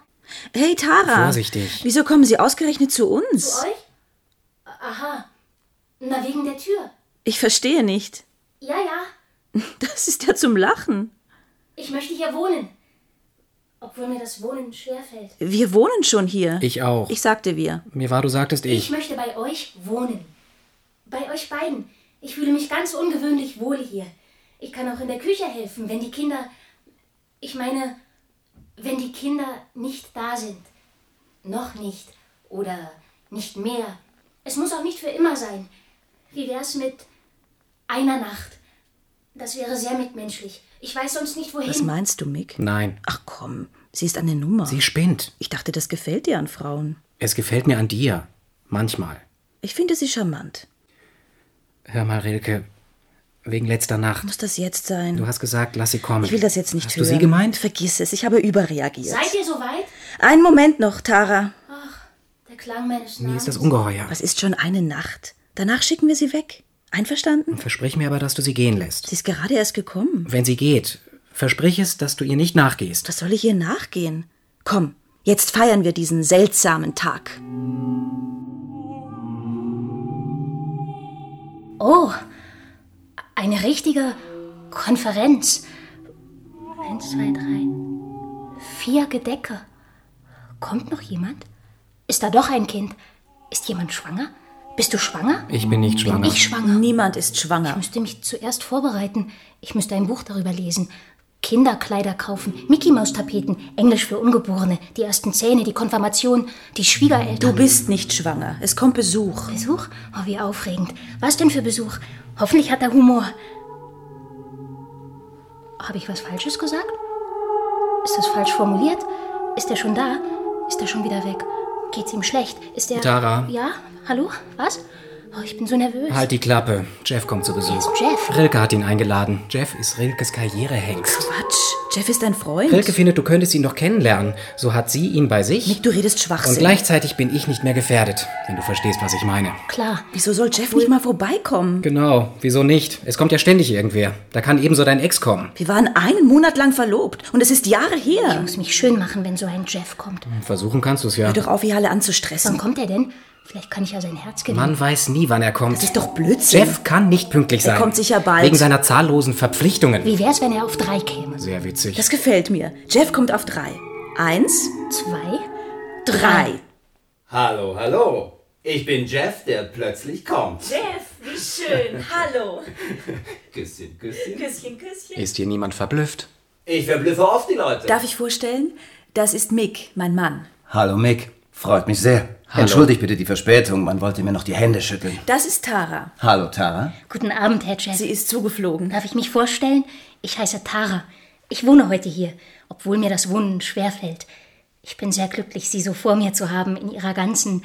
Speaker 1: Hey Tara.
Speaker 2: Vorsichtig.
Speaker 1: Wieso kommen Sie ausgerechnet zu
Speaker 5: zu
Speaker 1: uns?
Speaker 5: euch? Aha. Na, wegen der Tür.
Speaker 1: Ich verstehe nicht.
Speaker 5: Ja, ja,
Speaker 1: Das ist ja zum Lachen.
Speaker 5: ich möchte hier wohnen. Obwohl mir das Wohnen schwerfällt.
Speaker 1: Wir wohnen schon hier.
Speaker 2: Ich auch.
Speaker 1: Ich sagte wir.
Speaker 2: Mir war, du sagtest
Speaker 5: Ich
Speaker 2: ich.
Speaker 5: möchte bei euch wohnen. Bei euch beiden. Ich fühle mich ganz ungewöhnlich wohl hier. Ich kann auch in der Küche helfen, wenn die Kinder. Ich meine, wenn die Kinder nicht da sind. Noch nicht. Oder nicht mehr. Es muss auch nicht für immer sein. Wie wär's mit einer Nacht? Das wäre sehr mitmenschlich. Ich weiß sonst nicht wohin.
Speaker 1: Was meinst du, Mick?
Speaker 2: Nein.
Speaker 1: Ach komm, sie ist eine Nummer.
Speaker 2: Sie spinnt.
Speaker 1: ich dachte, das gefällt dir an Frauen.
Speaker 2: Es gefällt mir an dir. Manchmal.
Speaker 1: Ich finde sie charmant.
Speaker 2: Hör mal, Rilke. Wegen letzter Nacht.
Speaker 1: Muss das jetzt sein?
Speaker 2: Du hast gesagt, lass sie kommen.
Speaker 1: ich will das jetzt nicht
Speaker 2: Hast
Speaker 1: hören.
Speaker 2: du sie gemeint?
Speaker 1: Vergiss es, ich habe überreagiert.
Speaker 5: Seid ihr soweit?
Speaker 1: Einen Moment noch, Tara.
Speaker 5: Der Klang meines
Speaker 2: Mir
Speaker 5: Namens.
Speaker 2: ist das ungeheuer.
Speaker 1: Es ist schon eine Nacht. Danach schicken wir sie weg. Einverstanden?
Speaker 2: Versprich mir aber, dass du sie gehen lässt.
Speaker 1: Sie ist gerade erst gekommen.
Speaker 2: Wenn sie geht, versprich es, dass du ihr nicht nachgehst.
Speaker 1: Was soll ich ihr nachgehen? Komm, jetzt feiern wir diesen seltsamen Tag.
Speaker 3: Oh, eine richtige Konferenz. Eins, zwei, drei. Vier Gedecke. Kommt noch jemand? Ist da doch ein Kind? Ist jemand schwanger? Bist du schwanger?
Speaker 2: Ich bin nicht schwanger.
Speaker 3: Ich schwanger.
Speaker 1: Niemand ist
Speaker 3: Ich
Speaker 1: schwanger.
Speaker 3: müsste mich zuerst vorbereiten. Ich müsste ein Buch darüber lesen. Kinderkleider kaufen, Mickey-Maus-Tapeten, Englisch für Ungeborene, die ersten Zähne, die Konfirmation, die Schwiegereltern.
Speaker 1: Du bist nicht schwanger. Es kommt Besuch.
Speaker 3: Besuch? Oh, wie aufregend. Was denn für Besuch? Hoffentlich hat er Humor. Habe ich was Falsches gesagt? Ist das falsch formuliert? Ist er schon da? Ist er schon wieder weg? Geht's ihm schlecht? Ist er.
Speaker 2: Tara.
Speaker 3: Ja? Hallo? Was? Oh, ich bin so nervös.
Speaker 2: Halt die Klappe. Jeff kommt zu
Speaker 3: Wer ist
Speaker 2: Besuch.
Speaker 3: Jeff?
Speaker 2: Rilke hat ihn eingeladen. Jeff ist Rilkes Karrierehengst.
Speaker 1: Quatsch. Jeff ist dein Freund.
Speaker 2: Rilke findet, du könntest ihn doch kennenlernen. So hat sie ihn bei sich.
Speaker 1: Nick, du redest
Speaker 2: Und
Speaker 1: Schwachsinn.
Speaker 2: gleichzeitig bin ich nicht mehr gefährdet, wenn du verstehst, was ich meine.
Speaker 3: Klar.
Speaker 1: Wieso soll Jeff nicht mal vorbeikommen?
Speaker 2: Genau, wieso nicht? Es kommt ja ständig irgendwer. Da kann ebenso dein Ex kommen.
Speaker 1: Wir waren einen Monat lang verlobt und es ist Jahre
Speaker 3: Ich
Speaker 1: her.
Speaker 3: muss mich schön machen, wenn so ein Jeff kommt.
Speaker 2: Versuchen kannst du es ja.
Speaker 1: Hör doch auf, ihr alle
Speaker 3: Wann
Speaker 1: anzustressen.
Speaker 3: kommt er denn? Vielleicht kann ich ja sein Herz gewinnen.
Speaker 2: Man weiß nie, wann er
Speaker 1: Das
Speaker 2: kommt.
Speaker 1: ist doch Blödsinn.
Speaker 2: Jeff kann nicht pünktlich sein.
Speaker 1: kommt sicher bald.
Speaker 2: Wegen seiner zahllosen Verpflichtungen.
Speaker 3: Wie wär's, wenn er auf drei käme?
Speaker 2: Sehr witzig.
Speaker 1: Das gefällt mir. Jeff kommt auf drei. Eins,
Speaker 3: Zwei?
Speaker 1: drei.
Speaker 6: Hallo, hallo. Ich bin Jeff, der plötzlich kommt.
Speaker 4: Jeff, wie schön. Hallo.
Speaker 6: Küsschen, Küsschen.
Speaker 4: Küsschen, Küsschen.
Speaker 2: Ist hier niemand verblüfft?
Speaker 6: Ich verblüffe oft die Leute.
Speaker 1: Darf ich vorstellen? Das ist Mick, mein Mann.
Speaker 6: hallo, Mick. Freut mich sehr. Entschuldigt bitte die Verspätung. Man wollte mir noch die Hände schütteln.
Speaker 1: Das ist Tara.
Speaker 6: Hallo, Tara.
Speaker 3: Guten Abend, Herr Jeff.
Speaker 1: Sie ist zugeflogen.
Speaker 3: Darf ich mich vorstellen? Ich heiße Tara. Ich wohne heute hier, obwohl mir das Wohnen schwerfällt. Ich bin sehr glücklich, Sie so vor mir zu haben, in Ihrer ganzen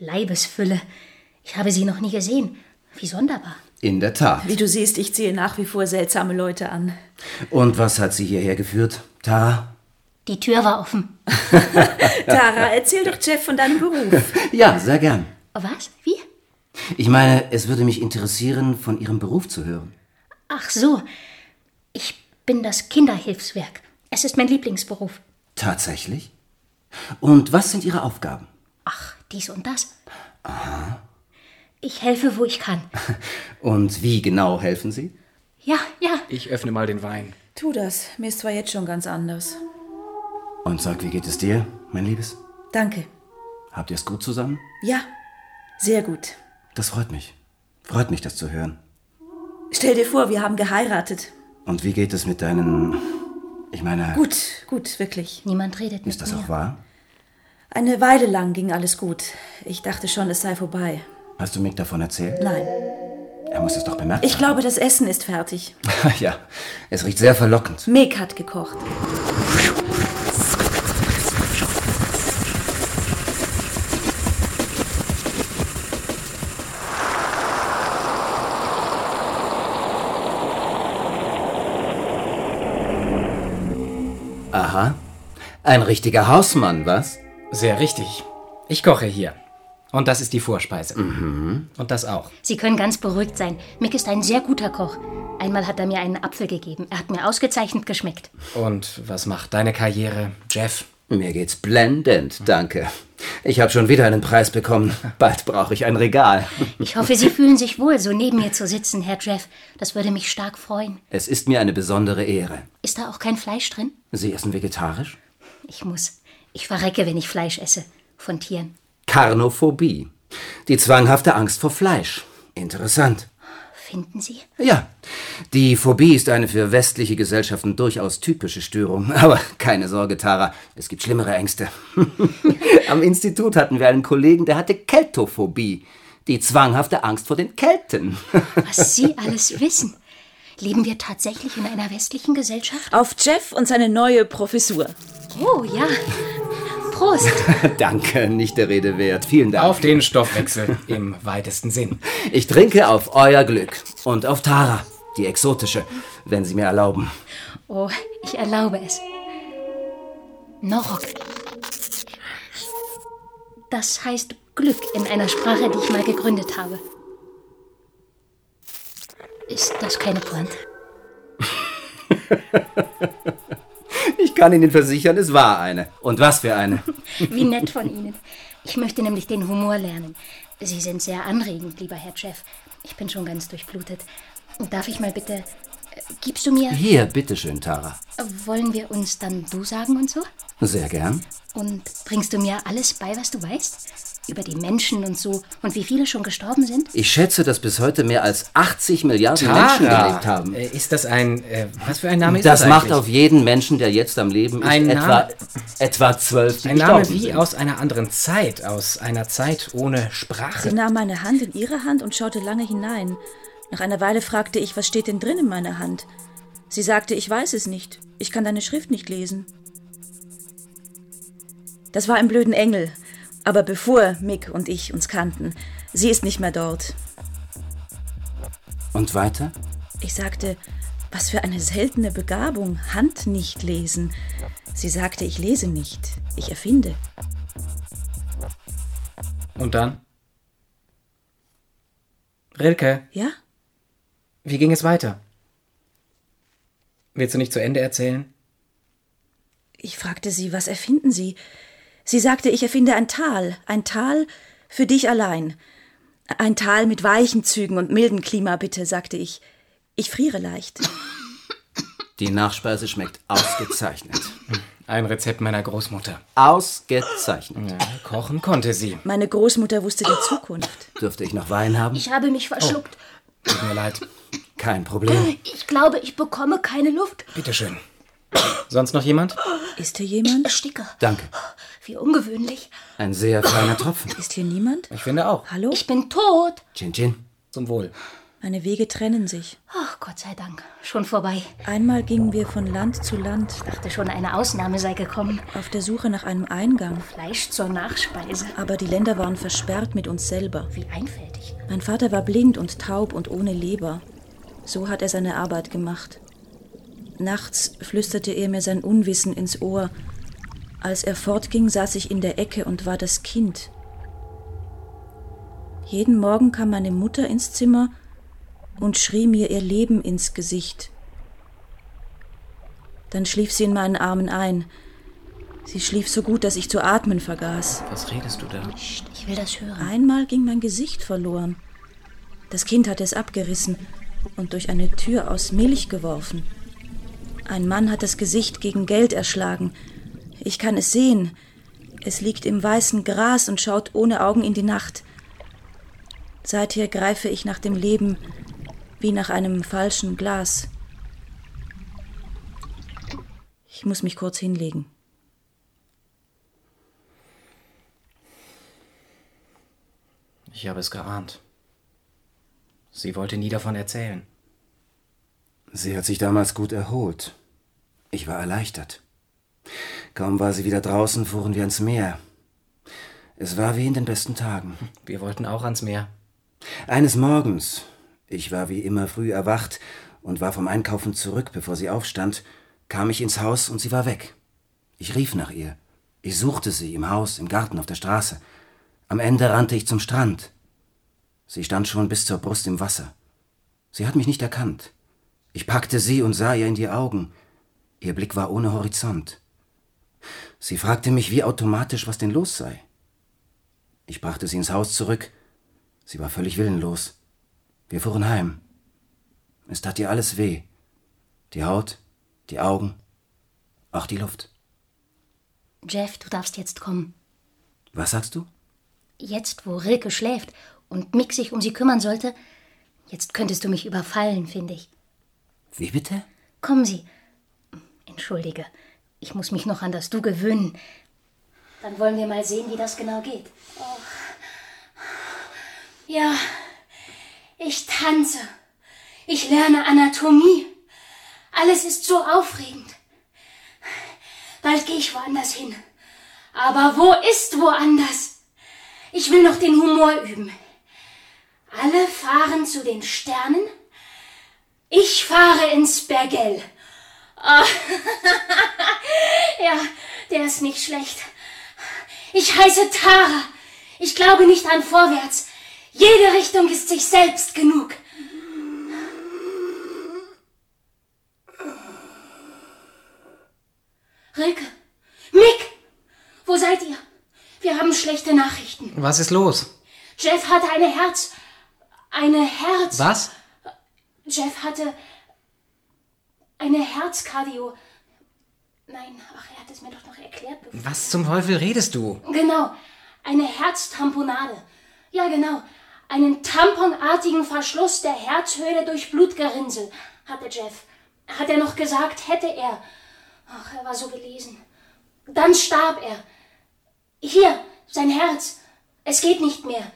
Speaker 3: Leibesfülle. Ich habe Sie noch nie gesehen. Wie sonderbar.
Speaker 6: In der Tat.
Speaker 1: Wie du siehst, ich ziehe nach wie vor seltsame Leute an.
Speaker 6: Und was hat sie hierher geführt, Tara?
Speaker 3: Die Tür war offen.
Speaker 1: Tara, erzähl doch Jeff von deinem Beruf.
Speaker 6: Ja, sehr gern.
Speaker 3: Was? Wie?
Speaker 6: Ich meine, es würde mich interessieren, von Ihrem Beruf zu hören.
Speaker 3: Ach so. Ich bin das Kinderhilfswerk. Es ist mein Lieblingsberuf.
Speaker 6: Tatsächlich? Und was sind Ihre Aufgaben?
Speaker 3: Ach, dies und das. Aha. Ich helfe, wo ich kann.
Speaker 6: Und wie genau helfen Sie?
Speaker 3: Ja, ja.
Speaker 2: Ich öffne mal den Wein.
Speaker 1: Tu das. Mir ist zwar jetzt schon ganz anders.
Speaker 6: Und sag, wie geht es dir, mein Liebes?
Speaker 1: Danke.
Speaker 6: Habt ihr es gut zusammen?
Speaker 1: Ja, sehr gut.
Speaker 6: Das freut mich. Freut mich, das zu hören.
Speaker 1: Stell dir vor, wir haben geheiratet.
Speaker 6: Und wie geht es mit deinen. Ich meine.
Speaker 1: Gut, gut, wirklich.
Speaker 3: Niemand redet mit
Speaker 6: Ist das
Speaker 3: mir.
Speaker 6: auch wahr?
Speaker 1: Eine Weile lang ging alles gut. Ich dachte schon, es sei vorbei.
Speaker 6: Hast du Mick davon erzählt?
Speaker 1: Nein.
Speaker 6: Er muss es doch bemerkt
Speaker 1: Ich glaube, das Essen ist fertig.
Speaker 6: glaube. ja, es riecht sehr verlockend.
Speaker 1: Meg hat gekocht.
Speaker 6: Aha. Ein richtiger Hausmann, was?
Speaker 2: Sehr richtig. Ich koche hier. Und das ist die Vorspeise. Und das auch.
Speaker 3: Sie können ganz beruhigt sein. Mick ist ein sehr guter Koch. Einmal hat er mir einen Apfel gegeben. Er hat mir ausgezeichnet geschmeckt.
Speaker 2: Und was macht deine Karriere, Jeff?
Speaker 6: Mir geht's blendend, danke. Ich habe schon wieder einen Preis bekommen. Bald brauche ich ein Regal.
Speaker 3: Ich hoffe, Sie fühlen sich wohl, so neben mir zu sitzen, Herr Jeff. Das würde mich stark freuen.
Speaker 6: Es ist mir eine besondere Ehre.
Speaker 3: Ist da auch kein Fleisch drin?
Speaker 6: Sie essen vegetarisch?
Speaker 3: Ich muss. Ich verrecke, wenn ich Fleisch esse. Von Tieren.
Speaker 6: Karnophobie. Die zwanghafte Angst vor Fleisch. Interessant.
Speaker 3: Finden Sie?
Speaker 6: Ja, die Phobie ist eine für westliche Gesellschaften durchaus typische Störung. Aber keine Sorge, Tara, es gibt schlimmere Ängste. Am Institut hatten wir einen Kollegen, der hatte Keltophobie. Die zwanghafte Angst vor den Kelten.
Speaker 3: Was Sie alles wissen. Leben wir tatsächlich in einer westlichen Gesellschaft?
Speaker 1: Auf Jeff und seine neue Professur.
Speaker 3: Oh ja. Prost.
Speaker 6: Danke, nicht der Rede wert. Vielen Dank.
Speaker 2: Auf den Stoffwechsel im weitesten Sinn.
Speaker 6: Ich trinke auf euer Glück und auf Tara, die exotische, wenn Sie mir erlauben.
Speaker 3: Oh, ich erlaube es. Norok. Das heißt Glück in einer Sprache, die ich mal gegründet habe. Ist das keine Pointe?
Speaker 6: Ich kann Ihnen versichern, es war eine. Und was für eine.
Speaker 3: Wie nett von Ihnen. Ich möchte nämlich den Humor lernen. Sie sind sehr anregend, lieber Herr Chef. Ich bin schon ganz durchblutet. Darf ich mal bitte. äh, Gibst du mir.
Speaker 6: Hier, bitteschön, Tara.
Speaker 3: Wollen wir uns dann du sagen und so?
Speaker 6: Sehr gern.
Speaker 3: Und bringst du mir alles bei, was du weißt? Über die Menschen und so und wie viele schon gestorben sind?
Speaker 6: Ich schätze, dass bis heute mehr als 80 Milliarden Menschen gelebt haben.
Speaker 2: Äh, Ist das ein. Äh, was für ein Name ist das?
Speaker 6: Das macht
Speaker 2: eigentlich?
Speaker 6: auf jeden Menschen, der jetzt am Leben ist,
Speaker 2: Ein
Speaker 6: etwa,
Speaker 2: Name-
Speaker 6: etwa 12 die
Speaker 2: Ein Name
Speaker 6: gestorben
Speaker 2: wie
Speaker 6: sind.
Speaker 2: aus einer anderen Zeit, aus einer Zeit ohne
Speaker 1: Sie
Speaker 2: Sprache.
Speaker 1: nahm meine Hand in ihre Hand und schaute lange hinein. Nach einer Weile fragte ich, was steht denn drin in meiner Hand? Sie sagte, ich weiß es nicht. Ich kann deine Schrift nicht lesen. Das war ein blöden Engel. Aber bevor Mick und ich uns kannten, sie ist nicht mehr dort.
Speaker 6: Und weiter?
Speaker 1: Ich sagte, was für eine seltene Begabung, Hand nicht lesen. Sie sagte, ich lese nicht, ich erfinde.
Speaker 2: Und dann? Rilke,
Speaker 1: Ja?
Speaker 2: wie ging es weiter? Willst du nicht zu Ende erzählen?
Speaker 1: Ich fragte sie, was erfinden Sie? Sie sagte, ich erfinde ein Tal, ein Tal für dich allein. Ein Tal mit weichen Zügen und mildem Klima, bitte, sagte ich. Ich friere leicht.
Speaker 6: Die Nachspeise schmeckt ausgezeichnet.
Speaker 2: Ein Rezept meiner Großmutter.
Speaker 6: Ausgezeichnet.
Speaker 2: Kochen konnte sie.
Speaker 1: Meine Großmutter wusste die Zukunft.
Speaker 6: Dürfte ich noch Wein haben?
Speaker 3: Ich habe mich verschluckt.
Speaker 2: Tut mir leid.
Speaker 6: Kein Problem.
Speaker 3: Ich glaube, ich bekomme keine Luft.
Speaker 2: Bitteschön. Sonst noch jemand?
Speaker 1: Ist hier jemand?
Speaker 3: Ersticke.
Speaker 6: Danke.
Speaker 3: Wie ungewöhnlich.
Speaker 6: Ein sehr feiner Tropfen.
Speaker 1: Ist hier niemand?
Speaker 2: Ich finde auch.
Speaker 1: Hallo?
Speaker 3: Ich bin tot.
Speaker 6: Chin Chin.
Speaker 2: Zum Wohl.
Speaker 1: Meine Wege trennen sich.
Speaker 3: Ach, Gott sei Dank. Schon vorbei.
Speaker 1: Einmal gingen wir von Land zu Land
Speaker 3: Ich dachte schon, eine Ausnahme sei gekommen.
Speaker 1: auf der Suche nach einem Eingang.
Speaker 3: Fleisch zur Nachspeise.
Speaker 1: Aber die Länder waren versperrt mit uns selber.
Speaker 3: Wie einfältig.
Speaker 1: Mein Vater war blind und taub und ohne Leber. So hat er seine Arbeit gemacht. Nachts flüsterte er mir sein Unwissen ins Ohr. Als er fortging, saß ich in der Ecke und war das Kind. Jeden Morgen kam meine Mutter ins Zimmer und schrie mir ihr Leben ins Gesicht. Dann schlief sie in meinen Armen ein. Sie schlief so gut, dass ich zu atmen vergaß.
Speaker 2: Was redest du da?
Speaker 3: Psst, ich will das hören.
Speaker 1: Einmal ging mein Gesicht verloren. Das Kind hatte es abgerissen und durch eine Tür aus Milch geworfen. Ein Mann hat das Gesicht gegen Geld erschlagen. Ich kann es sehen. Es liegt im weißen Gras und schaut ohne Augen in die Nacht. Seither greife ich nach dem Leben wie nach einem falschen Glas. Ich muss mich kurz hinlegen.
Speaker 2: Ich habe es geahnt. Sie wollte nie davon erzählen.
Speaker 6: Sie hat sich damals gut erholt. Ich war erleichtert. Kaum war sie wieder draußen, fuhren wir ans Meer. Es war wie in den besten Tagen.
Speaker 2: Wir wollten auch ans Meer.
Speaker 6: Eines Morgens, ich war wie immer früh erwacht und war vom Einkaufen zurück, bevor sie aufstand, kam ich ins Haus und sie war weg. Ich rief nach ihr. Ich suchte sie im Haus, im Garten, auf der Straße. Am Ende rannte ich zum Strand. Sie stand schon bis zur Brust im Wasser. Sie hat mich nicht erkannt. Ich packte sie und sah ihr in die Augen. Ihr Blick war ohne Horizont. Sie fragte mich wie automatisch, was denn los sei. Ich brachte sie ins Haus zurück. Sie war völlig willenlos. Wir fuhren heim. Es tat ihr alles weh. Die Haut, die Augen, auch die Luft.
Speaker 3: Jeff, du darfst jetzt kommen.
Speaker 6: Was sagst du?
Speaker 3: Jetzt, wo Rilke schläft und Mick sich um sie kümmern sollte, jetzt könntest du mich überfallen, finde ich.
Speaker 6: Wie bitte?
Speaker 3: Kommen Sie. Entschuldige, ich muss mich noch an das Du gewöhnen. Dann wollen wir mal sehen, wie das genau geht. Oh. Ja, ich tanze. Ich lerne Anatomie. Alles ist so aufregend. Bald gehe ich woanders hin. Aber wo ist woanders? Ich will noch den Humor üben. Alle fahren zu den Sternen. Ich fahre ins Bergell. Oh. ja, der ist nicht schlecht. Ich heiße Tara. Ich glaube nicht an Vorwärts. Jede Richtung ist sich selbst genug. Rilke, Mick, wo seid ihr? Wir haben schlechte Nachrichten.
Speaker 2: Was ist los?
Speaker 3: Jeff hatte eine Herz. Eine Herz.
Speaker 2: Was?
Speaker 3: Jeff hatte eine Herzkardio. Nein, ach, er hat es mir doch noch erklärt.
Speaker 2: Was zum Teufel redest du?
Speaker 3: Genau, eine Herztamponade. Ja, genau. Einen tamponartigen Verschluss der Herzhöhle durch Blutgerinnsel, hatte Jeff. Hat er noch gesagt, hätte er. Ach, er war so gelesen. Dann starb er. Hier, sein Herz. Es geht nicht mehr.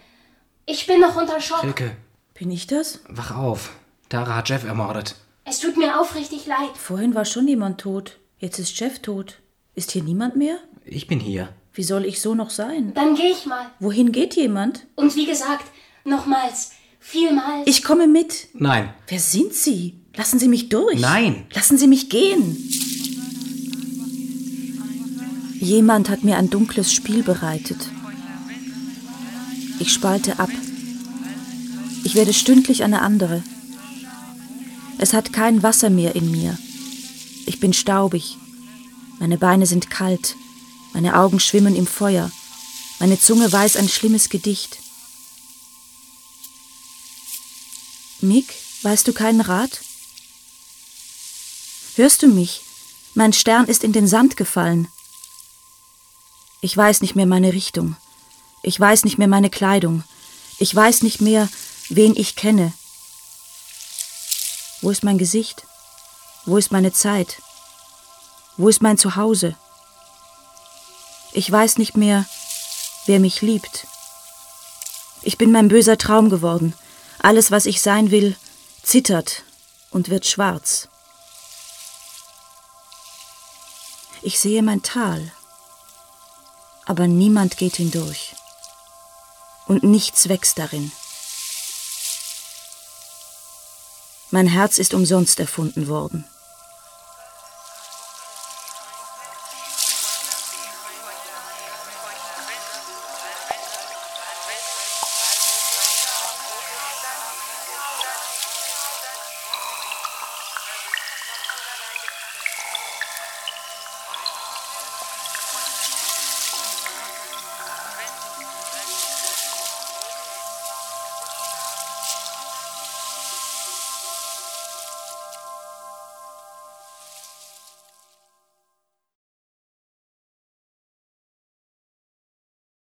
Speaker 3: Ich bin noch unter Schock.
Speaker 2: Rilke,
Speaker 1: Bin ich das?
Speaker 2: wach auf. Tara hat Jeff ermordet.
Speaker 3: Es tut mir aufrichtig leid.
Speaker 1: Vorhin war schon jemand tot. Jetzt ist Jeff tot. Ist hier niemand mehr?
Speaker 2: Ich bin hier.
Speaker 1: Wie soll ich so noch sein?
Speaker 3: Dann gehe ich mal.
Speaker 1: Wohin geht jemand?
Speaker 3: Und wie gesagt, nochmals, vielmals.
Speaker 1: Ich komme mit.
Speaker 2: Nein.
Speaker 1: Wer sind Sie? Lassen Sie mich durch.
Speaker 2: Nein.
Speaker 1: Lassen Sie mich gehen. Jemand hat mir ein dunkles Spiel bereitet. Ich spalte ab. Ich werde stündlich eine andere. Es hat kein Wasser mehr in mir. Ich bin staubig. Meine Beine sind kalt. Meine Augen schwimmen im Feuer. Meine Zunge weiß ein schlimmes Gedicht. Mick, weißt du keinen Rat? Hörst du mich? Mein Stern ist in den Sand gefallen. Ich weiß nicht mehr meine Richtung. Ich weiß nicht mehr meine Kleidung. Ich weiß nicht mehr, wen ich kenne. Wo ist mein Gesicht? Wo ist meine Zeit? Wo ist mein Zuhause? Ich weiß nicht mehr, wer mich liebt. Ich bin mein böser Traum geworden. Alles, was ich sein will, zittert und wird schwarz. Ich sehe mein Tal, aber niemand geht hindurch. Und nichts wächst darin. Mein Herz ist umsonst erfunden worden.